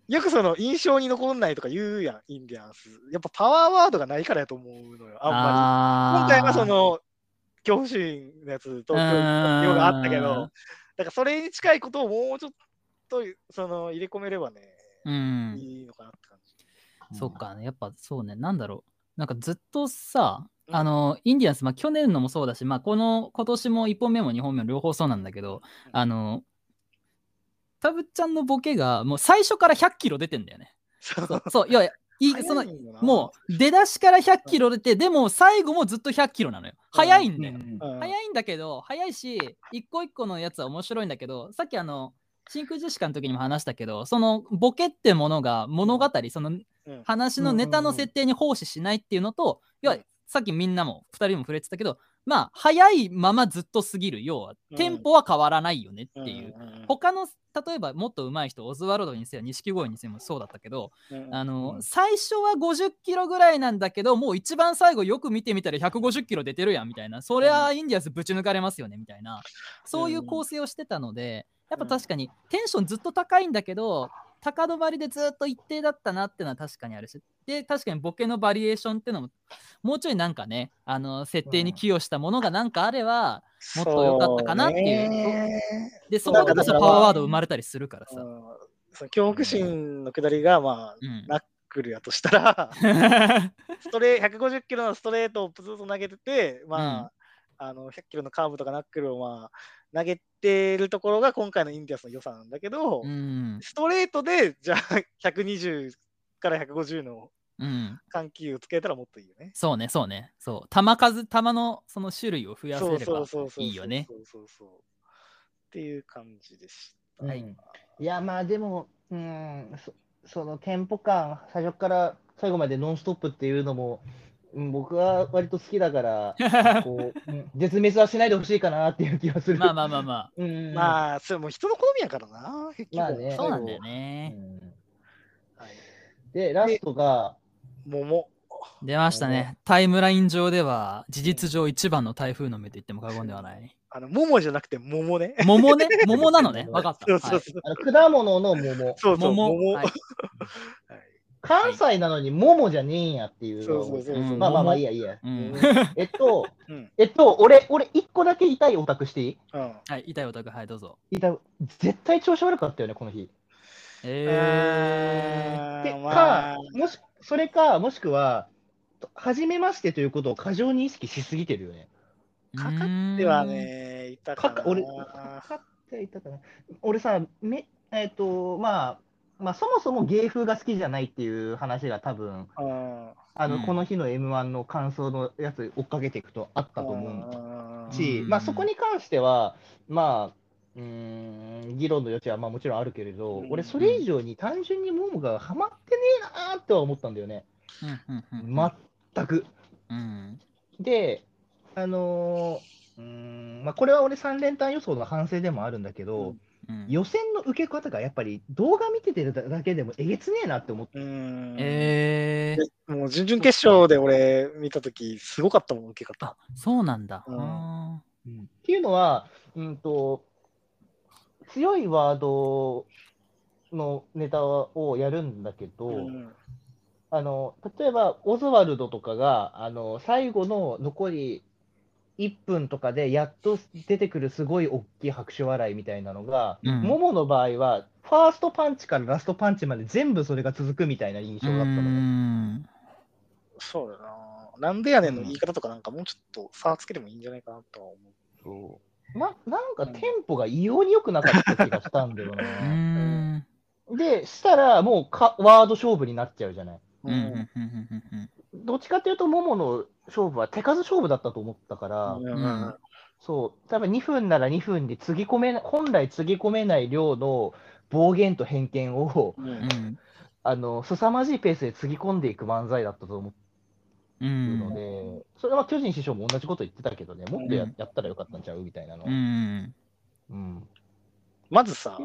A: よくその印象に残んないとか言うやん、インディアンス。やっぱパワーワードがないからやと思うのよ、あんまり。
C: あ
A: 今回はその恐怖心のやつと恐怖心があったけど、だからそれに近いことをもうちょっとその入れ込めればね、
C: うん
A: いいのかなって感じ。
C: そっか、やっぱそうね、なんだろう。なんかずっとさ、
A: うん
C: あの、インディアンス、まあ去年のもそうだし、まあこの、今年も1本目も2本目も両方そうなんだけど、
A: うん
C: あの、タブちゃんのボケがもう最初から100キロ出てんだよね。
A: そ
C: そうう、そういやいや、い
A: 早い
C: その、
A: んよな
C: もう出だしから100キロ出て、でも最後もずっと100キロなのよ。早いんだよ。
A: うん
C: 早いんだけど、早いし、一個一個のやつは面白いんだけど、さっきあの、真空ジェシカの時にも話したけど、そのボケってものが物語、その
A: うん
C: 話のネタの設定に奉仕しないっていうのと、
A: うん
C: いやさっきみんなも2人も触れてたけどまあ、早いままずっと過ぎる。要は
A: う、ん
C: テンポは変わらないよねっていう。
A: んんん
C: 他の、例えば、もっと上手い人、オズワルドにせよ、錦鯉にせよもそうだったけど、
A: うんうん
C: あの、最初は50キロぐらいなんだけど、もう一番最後よく見てみたら150キロ出てるやんみたいな、そりゃインディアンスぶち抜かれますよねみたいな、そういう構成をしてたので、やっぱ確かにテンションずっと高いんだけど、高止まりでずっと一定だったなってのは確かにあるし、で、確かにボケのバリエーションってのも、もうちょいなんかね、あの、設定に寄与したものがなんかあれば、もっと良かったかなっていう
A: そね
C: で、そこでこそパワーワード生まれたりするから
A: う
C: さ。
A: んその恐怖心の下りが、まあ、
C: うん
A: ナックルやとしたら、 ストレ150キロのストレートをプツッと投げてて、まあ、あの100キロのカーブとかナックルを、まあ、投げてるところが今回のインディアンスの良さなんだけど、
C: うん。
A: ストレートで、じゃあ、120から150の
C: うん。
A: 緩急をつけたらもっといいよね。
C: そうね、そうね。そう。球数、球のその種類を増やせ
A: そう
C: れ
A: そ
C: ば
A: うそうそう。
C: いいよね。
A: そうそうそう。っていう感じでした。
B: うん
C: はい
B: いや、まあでも、うん、そ、そのテンポ感、最初から最後までノンストップっていうのも、うん、僕は割と好きだ から、こう、うん絶滅はしないでほしいかなっていう気がする。
C: まあまあまあまあ。
B: うん、あ、
A: まあ、それもう人の好みやからな。結
B: ま あね
C: そうなんだよね。
A: はい
B: で、ラストが、
A: 桃。
C: 出ましたね。タイムライン上では、事実上一番の台風の目と言っても過言で はない。
A: あの、桃じゃなくて桃ね。
C: 桃ね。桃な のね。わかった。
A: そうそ
C: は
A: う
C: い
A: そう。
B: あの果物の
A: そ
B: 桃。
A: うそう、
C: 桃。
A: 桃。
C: はい
B: 関西なのに桃じゃねえんやっていう
A: そ
B: の
A: う
B: を
A: そうそう
C: う
A: そう。
C: ん
B: まあまあまあいい
A: や。
B: やいいや。
C: うん。
B: えっと、
A: うん。
B: えっと、俺、俺、一個だけ痛いオタクしていい
A: うん。
C: はい。痛いお宅、はい、どうぞ。
B: 痛い。絶対調子悪かったよね、この日。
C: え
A: あ
B: で、
A: ーまあ
B: か、もし、それか、もしくは、と初めましてということを過剰に意識しすぎてるよね。
C: ー。
A: かか
C: っ
A: では。ね、いたかな
B: かか、俺、かかっていたかな。俺さ、め、えっ、と、まあ、まあ、そもそも芸風が好きじゃないっていう話が多分、
A: うん。
B: あの、
C: うん
B: この日の M1 の感想のやつ追っかけていくとあったと思うんだ
A: うん
B: し、
C: うん
B: まあ、そこに関しては、まあ、うーん、議論の余地はまあもちろんあるけれど、
A: うん
B: 俺、それ以上に単純にモモがハマってねえなーっては思ったんだよね、
C: うんうんうん。
B: 全く。
C: うん。
B: で、あのーうーん、まあ、これは俺、3連単予想の反省でもあるんだけど、
C: うん
B: 予選の受け方がやっぱり動画見ててるだけでもえげつねえなって思って、
A: うん
C: えー。
A: もう準々決勝で俺見たとき、すごかったもん、受け方
C: あ。、そうなんだ。
A: うん
C: あ
B: っていうのは、うんと、強いワードのネタをやるんだけど、
A: うん
B: あの例えばオズワルドとかがあの最後の残り1分とかでやっと出てくるすごい大きい拍手笑いみたいなのが、
C: ーうん
B: モモの場合はファーストパンチからラストパンチまで全部それが続くみたいな印象だったの
C: う
B: ね。
C: ん
A: そうだな。なんでやねんの
B: うん
A: 言い方とかなんかもうちょっと差つけてもいいんじゃないかなとは思う。
B: ななんかテンポが異様に良くなかった気がしたんだよ
C: う
B: な。
C: ん。
B: で、したらもうかワード勝負になっちゃうじゃない。
C: うんうんうんうんうん
B: どっちかというと、モモの勝負は手数勝負だったと思ったから、
A: うんうん
B: そう、多分2分なら2分でつぎ込めな、本来つぎ込めない量の暴言と偏見を、
A: うんうん
C: うん
B: あの、凄まじいペースでつぎ込んでいく漫才だったと思う
C: う
B: の
C: ん
B: で、それは巨人師匠も同じこと言ってたけどね、もっとや,、
C: うん
B: やったらよかったんちゃうみたいなの。
C: うんうん
B: うん。
A: まずさ、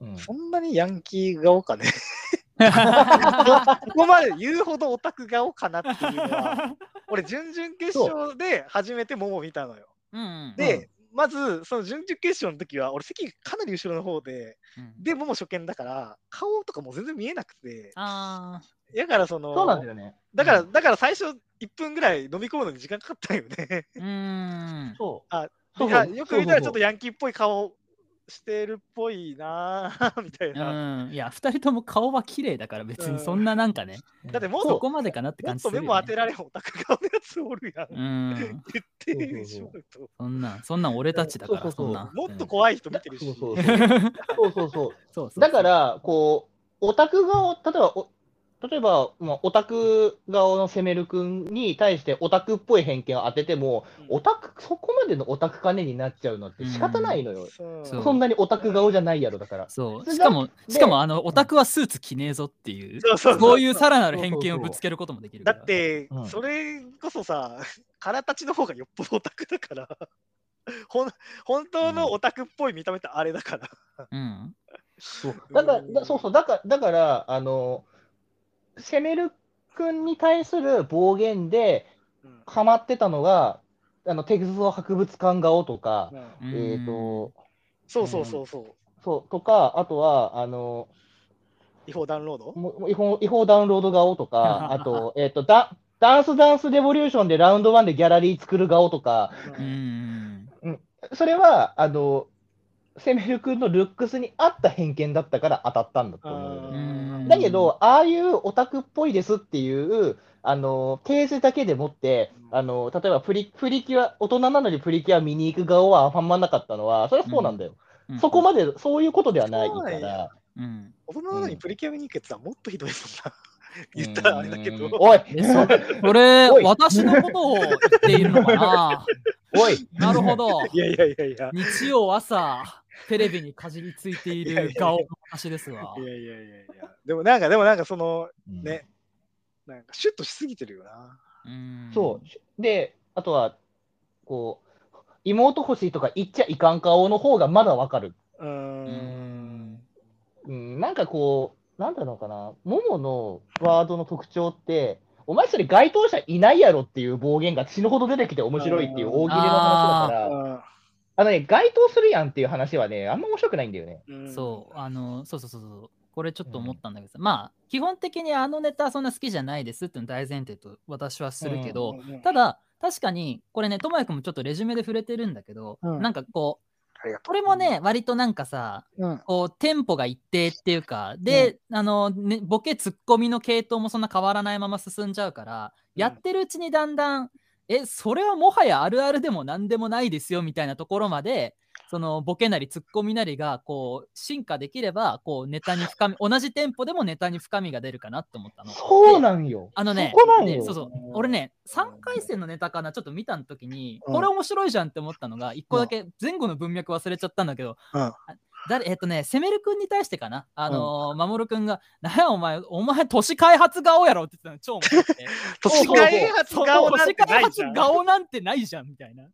B: うん
A: そんなにヤンキー顔かね。ここまで言うほどオタク顔かなっていうの は、俺、準々決勝で初めて桃見たのよ。
C: うん
A: で、まず、その準々決勝の時は、俺、席かなり後ろの方で、
C: うん
A: で、桃初見だから、顔とかもう全然見えなくて、
C: あ
A: だから、その、
B: そうなんだよね。
A: だから、だから最初1分ぐらい飲み込むのに時間かかったよね。
C: ーうん
B: そう。
A: あ
B: そう
A: い
B: そう
A: やよく見たら、ちょっと
B: そうそうそう
A: ヤンキーっぽい顔してるっぽいなぁ、みたいな。
C: うんいや2人とも顔は綺麗だから別にそんななんかね
A: だってもっと
C: そこまでかなって
A: もっ
C: 感じす
A: と
C: る
A: 目
C: よね
A: も当てられんオタク顔のやつおるやん。
C: うん
A: 言ってしまうと。
C: そんなんそんなん俺たちだから
B: そうそうそ
C: そん
B: う
C: なん
A: もっと怖い人見てるし。
B: そうそう
A: う
B: そう。そうそうそう。
C: そうそうそう
B: だから、こう、オタク顔、例えばお、例えば、まあ、オタク側の攻める君に対してオタクっぽい偏見を当てても、オタク、そこまでのオタク金になっちゃうのって仕方ないのよ。
A: そう
C: そう
B: そんなにオタク顔じゃないやろ、だから。
C: そう
B: で
C: しかも
B: で
C: しかもあのオタクはスーツ着ねえぞっていう
A: そうそうそう
C: そういうさらなる偏見をぶつけることもできるか
A: だ
C: ら
A: って、
B: うん
A: それこそさ、空たちの方がよっぽどオタクだから。ほん本当のオタクっぽい見た目ってあれだから。
C: うん
B: そうだから、
A: うん
B: だそうそう、だから、だから、あの、攻める君に対する暴言で、
A: うん
B: ハマってたのが、あの、テグゾ博物館顔とか、
A: うん
C: うん
B: えっと、
A: そうそうそうそう。
B: そう、とか、あとは、あの、
A: 違法ダウンロード
B: ももう違法違法ダウンロード顔と か、あと、えっと、ダダンスダンスレボリューションでラウンド1でギャラリー作る顔とか、
C: う
A: うん
C: ん
B: それは、あの、セメル君のルックスに合った偏見だったから当たったんだと思うよ
A: あ
C: う
B: ね。
C: ん
B: だけど、ああいうオタクっぽいですっていう、あの、訂正だけでもって、あの、例えばプリプリキュア、大人なのにプリキュア見に行く顔はあんまなかったのは、それはそうなんだよ。
C: うん
B: そこまで、そういうことではない
A: そう
B: か
A: なんや
B: ら。
C: うん
A: 大人なのにプリキュア見に行くやつはもっとひどいもんな。言ったらあれだけ
B: う
A: ど
B: ん。 おい
C: えそそれ
B: おい
C: 私のことを言っているのかな
B: おい
C: なるほど
A: いやいやいやいや。
C: 日曜朝テレビにかじりついている顔の私ですわ
A: いやいやいやいや。でもなんか、でもなんかその、
B: ね
A: ね、なんかシュッとしすぎてるよな。
C: うん
B: そう。で、あとは、こう、妹欲しいとか言っちゃいかん顔の方がまだわかる。
A: うー。
C: うんん
B: うん、なんかこう、なんだろうかな、もものワードの特徴って、お前それ該当者いないやろっていう暴言が死ぬほど出てきて面白いっていう大喜利の話だから、あ
A: あ
B: のね、該当するやんっていう話はね、あんま面白くないんだよね。
A: ー
C: そう、あの、そうそうそうそう。これちょっと思ったんだけどさ、まあ、基本的にあのネタそんな好きじゃないですっていうの大前提と私はするけど、
A: うん。
C: ただ、確かに、これね、ともやくんもちょっとレジュメで触れてるんだけど、
A: うん
C: なんかこう、
A: ありがと
C: これもね、割となんかさ、
A: う。うん。
C: こう、テンポが一定っていうか、で、あの、ね、ボケツッコミの系統もそんな変わらないまま進んじゃうから、
A: うん
C: やってるうちにだんだん、え、それはもはやあるあるでも何でもないですよみたいなところまで、そのボケなりツッコミなりがこう進化できればこうネタに深み同じテンポでもネタに深みが出るかなって思ったの。
B: そうなんよ。
C: あのね
B: そこなん
C: で
B: よ。
C: そうそう俺ね3回戦のネタかなちょっと見たときに
A: うん
C: これ面白いじゃんって思ったのが1個だけ前後の文脈忘れちゃったんだけど、
A: うん
C: あ誰えっとね攻める君に対してかなあのー、守君が「なんやお前お前都市開発顔やろ」って言ってたの超面白くて
A: 都市開発顔
C: そう
A: な
C: 都
A: ん
C: 市
A: てな
C: 開
A: いじゃ
C: 発
A: ん。
C: 顔なんてないじゃんみたいな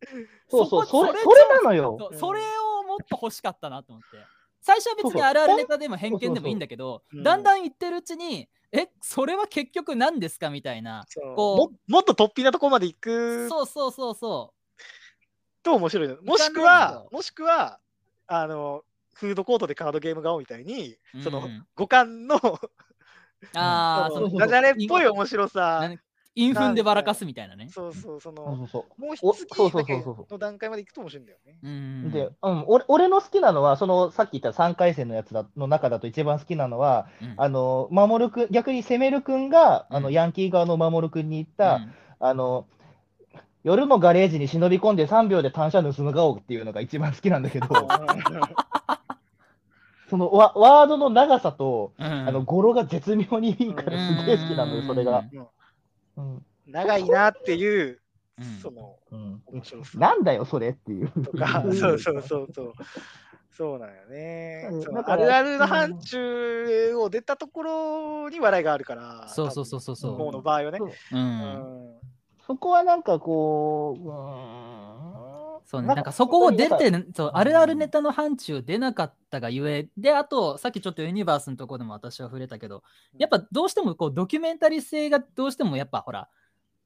B: そうそう、
C: そこ
B: それ
C: それ
B: それなのよ。
C: そうそれをもっと欲しかったなと思って最初は別にあるあるネタでも偏見でもいいんだけど
A: そうそうそう
C: だんだん言ってるうちに「えそれは結局何ですか?」みたいな
A: そう
C: こ
A: ももっと突飛なとこまで行く
C: そうそうそうそう
A: と面白いのもしく
C: いかない
A: は
C: よ
A: もしくはあのフードコートでカードゲーム顔みたいにその、
C: うん
A: 五感の
C: ああ、
A: そ
C: そ
A: の
C: の
B: そう
A: ダジャレっぽい面白
C: な
A: さ
C: ん陰踏んでばらかすみたいなね。
A: そうそうそ
B: そう
A: の
B: そうそう。
A: もう
B: お
A: 一
B: そう
A: つ
B: そう
A: だ
B: そ
A: け
B: うそう
A: の段階まで行くと面白いんだよね。
C: うん
B: で、うん、俺俺の好きなのは、そのさっき言った3回戦のやつだの中だと一番好きなのは、
C: うん
B: あの守るくん逆に攻めるくんが、あ
C: う
B: の
C: ん
B: ヤンキー側の守るくんに言った、あの夜のガレージに忍び込んで3秒で単車盗む顔っていうのが一番好きなんだけど、 そのワワードの長さと、
C: うんうん
B: あの語呂が絶妙にいいから、すげえ好きなの
C: う
B: よ、
C: ん
B: それが。
A: うん
B: うん
A: 長いなっていう
C: うん
A: その
B: うん
A: 面白さ
B: なんだよ、それっていう。
A: とか
C: うん
A: そうそうそうそうそうなんよね
B: うん。
A: その
B: だ
A: あ
B: から
A: るあるの範疇を出たところに笑いがあるから
C: そうそうそうそう
A: 多分
C: そ
A: もうの場合はね。
B: そう
C: う。う
A: う
C: ん。
A: ん
B: そこはなんかこう、うーん
C: そうね、なんかそこを出て、そう
B: うん
C: あるあるネタの範疇出なかったがゆえであとさっきちょっとユニバースのとこでも私は触れたけどやっぱどうしてもこうドキュメンタリー性がどうしてもやっぱほら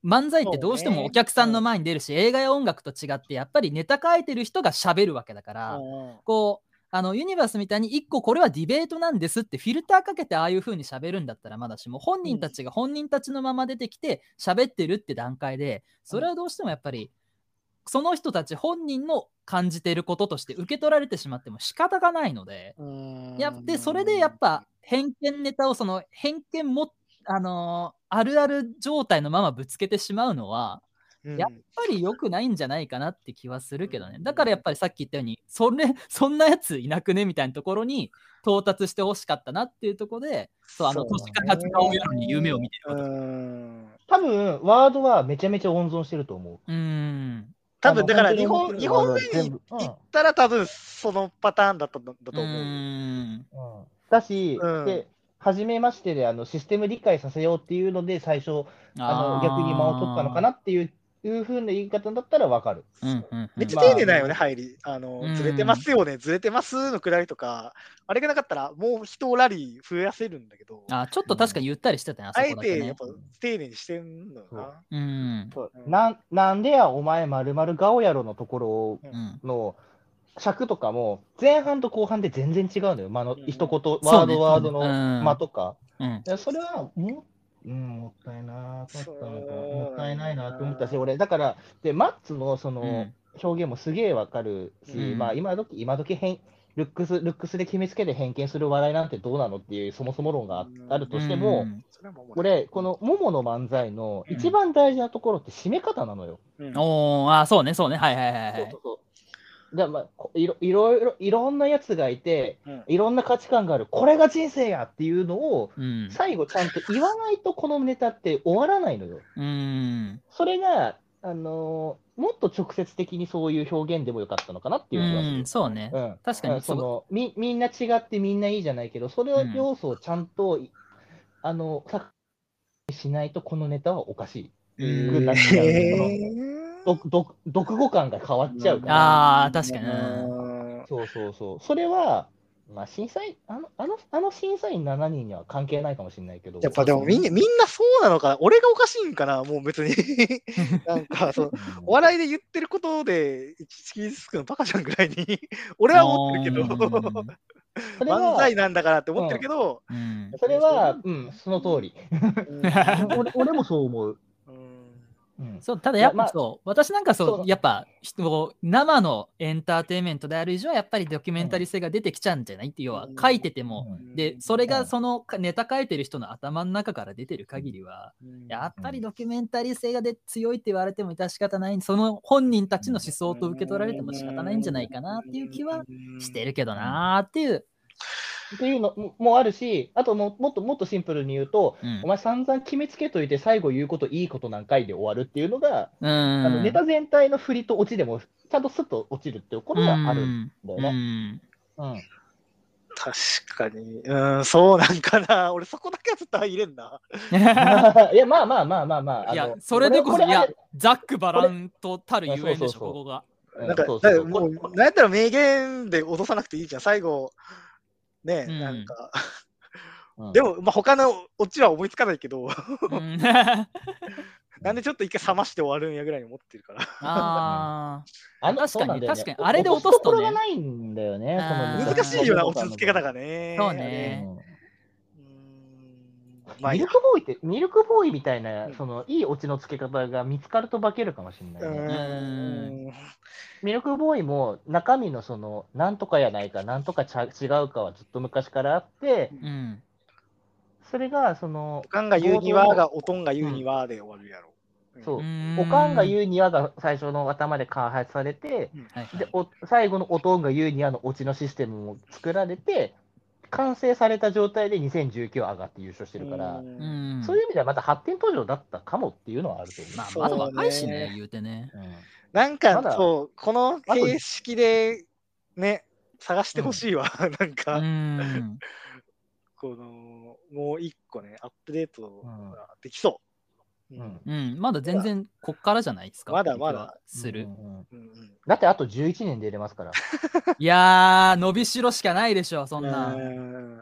C: 漫才ってどうして
A: そう
C: も
A: ね
C: お客さんの前に出るし、映画や音楽と違ってやっぱりネタ書いてる人が喋るわけだから、
A: うん
C: こうあのユニバースみたいに一個これはディベートなんですってフィルターかけてああいう風に喋るんだったらまだしも本人たちが本人たちのまま出てきて喋ってるって段階でそれはどうしてもやっぱりその人たち本人の感じてることとして受け取られてしまっても仕方がないので
A: うん
C: やでそれでやっぱ偏見ネタをその偏見もあのーあるある状態のままぶつけてしまうのは
A: うん
C: やっぱり良くないんじゃないかなって気はするけどね。だからやっぱりさっき言ったように、それ、そんな やついなくねみたいなところに到達してほしかったなっていうところで、そう、あの、
A: そう
C: 都
A: だね
C: 市開発家をやるに夢を見てる
A: う
C: こと。
A: ん
B: 多分、ワードはめちゃめちゃ温存してると思う。
C: うーん。
A: 多分だから
B: あの
A: 日本日本目に行ったら多分そのパターンだったんだだと
C: う
A: 思う。
C: ーん。
B: うんだし、
A: うん
B: で、初めましてであのシステム理解させようっていうので、最初、あの逆に間を取ったのかなっていういうふうな言い方だったらわかる。
C: うんうんうん。
A: めっちゃ丁寧だよね、入り。あの、
C: うん
A: ずれてますよね、ずれてますのくらいとか、あれがなかったら、もう人をラリー増やせるんだけど、あ
C: あ、ちょっと確かにゆったりしてたね、あそ
A: え
C: こだけ
A: てや
C: ね
A: っ。ぱ丁寧にしてんのよな。
C: うん。
B: そう
A: うん
B: なんなんでや、お前、まるまる顔やろのところ
C: うん。
B: の尺とかも、前半と後半で全然違うのよ、まあ、の
A: うん
B: 一言、
C: そ
B: ワ
C: う
B: ー
C: ね
B: ド、ワード
C: そうね
B: の
C: うん
B: 間とか。
C: うん。
B: いやそれはもう、うん、もったいなかったのか、
A: そう
B: もったいないなと思ったし、
A: うん
B: 俺、だから、でマッツのその、
C: うん
B: 表現もすげえわかるし、
C: うん
B: まあ今時今時変ルックスルックスで決めつけて偏見する笑いなんてどうなのっていうそもそも論があ
A: うん
B: あるとしても、
C: うん
A: それはもう
B: 俺こ、のモモの漫才の
C: うん
B: 一番大事なところって締め方なのよ。
A: うん
C: おー、あ、そうね、そうね。はいはいはいは
B: そう
C: い
B: そう。そうだからまあこいろいろいろいろんなやつがいて
A: うん
B: いろんな価値観があるこれが人生やっていうのを
C: うん。
B: 最後ちゃんと言わないとこのネタって終わらないのよ。
C: うん。
B: それが、あのーもっと直接的にそういう表現でもよかったのかなっていう気がする。
C: うん、そうね。
B: うん
C: 確かに
B: うん
C: そ
B: そうのみみんな違ってみんないいじゃないけど、それは要素をちゃんと、あの作品にしないと、このネタはおかしい。
C: うん
B: なっちゃうね
A: う
B: どど独語感が変わっちゃうから、
C: ああ、確かに。
A: ん
B: そうそうそう、それは、まあ、審査員あのあの、あの審査員7人には関係ないかもしれないけど、
A: やっぱでもみんなみんなそうなのか、俺がおかしいんかな、もう別 に。なんかそう、お
B: い
A: 笑いで言ってることで、一気につくのバカじゃんぐらいに、俺は思ってるけど、
B: それ
A: 漫
B: は
A: 才なんだからって思ってるけど、
C: うんうん
B: それは、うん、その通り。俺俺もそう思う。
A: うん
B: うん
C: そうただやっ
B: いやま
C: ぱ
B: あ
C: そう、私なんかそう
B: そう
C: やっぱ人を生のエンターテインメントである以上はやっぱりドキュメンタリー性が出てきちゃうんじゃないって要は
A: うん
C: 書いてても、でそ
B: う
C: れが
B: ん
C: そのかネタ書いてる人の頭の中から出てる限りは
A: うん
C: やっぱりドキュメンタリー性がで強いって言われても致し方ないその本人たちの思想と受け取られても仕方ないんじゃないかなっていう気はしてるけどなーっていう、
B: っていうのももあるし、あとももっともっとシンプルに言うと、
C: うん
B: お前散々決めつけといて、最後言うこといいこと何回で終わるっていうのが、
C: う
B: あの
C: ん
B: ネタ全体の振りと落ちでも、ちゃんとスッと落ちるっていうこ
C: う
B: とはあるん
C: ん
B: だよ
C: う
B: ね。
C: ん
B: うん
A: 確かに。うん、そうなんかな。俺そこだけは絶対入れんな。
B: いや、まあまあまあまあまあ。あの
C: いやそれでこそ
B: れ
C: いや
B: れ
C: ザック・バランとたるゆえん
B: そ
C: で
B: う
C: し
B: そう
C: ょ
B: そう
C: ここが。
B: うん
A: なんか、
B: そう
A: だ
B: そう
A: か
B: そ
A: らも
B: う
A: う
B: こ、
A: なんやったら名言で脅さなくていいじゃん。最後、ねえ、
C: うん
A: なんか。
B: うん
A: でも、まあ、他のオチは思いつかないけど、
C: うんあ
A: なんでちょっと一回冷まして終わるんやぐらいに思ってるから。
C: あ
B: あの
C: 確かに
B: そうなんだよね
C: 確かにあれで落とすとね
B: 落としどころがないんだよね。
C: あー
B: その
A: 難しいよな、
B: うん
A: 落ち着け方がね。
C: そう
A: あれ
C: ね
B: うん
A: うんまあいい
B: ミル
A: や、
B: クボーイって、ミルクボーイみたいな、
A: うん
B: そのいいオチのつけ方が見つかると化けるかもしれない、ね。
A: うん。
B: ミルクボーイも中身のその、なんとかやないか、なんとかちゃ違うかはずっと昔からあって、
C: ーうん
B: それがその
A: お、かんが言うにはが、おとんが言うにはで終わるやろ。
B: そうう、
C: ーん
B: おかんが言うにはが最初の頭で開発されて、
C: はいはい
B: でお最後のおとんが言うにはのオチのシステムも作られて、完成された状態で2019上がって優勝してるから、
A: うん
C: うん
B: そういう意味ではまた発展途上だったかもっていうのはあると思う。
C: まあ、
A: そう
C: まだ若いし
A: そう
C: ね
A: ね、
C: 言うてね。
B: うん
A: なんか、
B: まだ
A: そう、この
B: あと
A: 形式で、ね、探してほしいわ。 なん
C: う
A: か、
C: ん。
A: この、もう一個ね、アップデート
B: うん
A: ができそう。
B: うん
C: うん。まだ全然、こっからじゃないですか。
A: まだまだ
C: 気はする
B: う。んうん
A: うんうん
B: だってあと11年で入れますから。
C: いやー、伸びしろしかないでしょ、そん
A: う
C: な。
A: ん
B: うん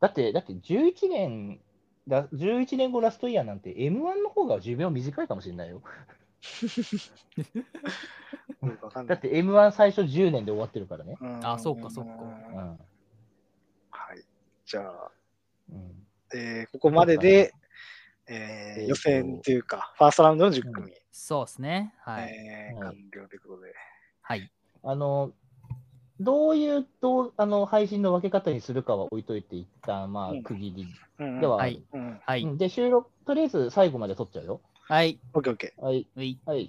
B: だって、だって11年だ、11年後ラストイヤーなんて M1 の方が寿命短いかもしれないよ。
A: よくわかんな
B: だ
A: い
B: って M1 最初10年で終わってるからね。
A: うん
C: あそうかそうか
B: う
A: は
B: ん。
A: い。じゃあ、
B: うん
A: えーここまでで、えー
B: えーと
A: 予選というか、ファーストラウンドの10組、
C: そうですね。はい。
A: えー
B: は
A: 完
B: い
A: 了ということで。
C: はい。
B: あの、どういうどうあの配信の分け方にするかは置いといて、一旦ま
A: うん
B: あ区切り
A: うんうん
B: では、
C: はい
A: うん。
C: は
B: う
C: い。
B: んで、収録、とりあえず最後まで撮っちゃうよ。
C: はい。
A: オッケーオッケー。
B: はい。
C: うい
B: はい。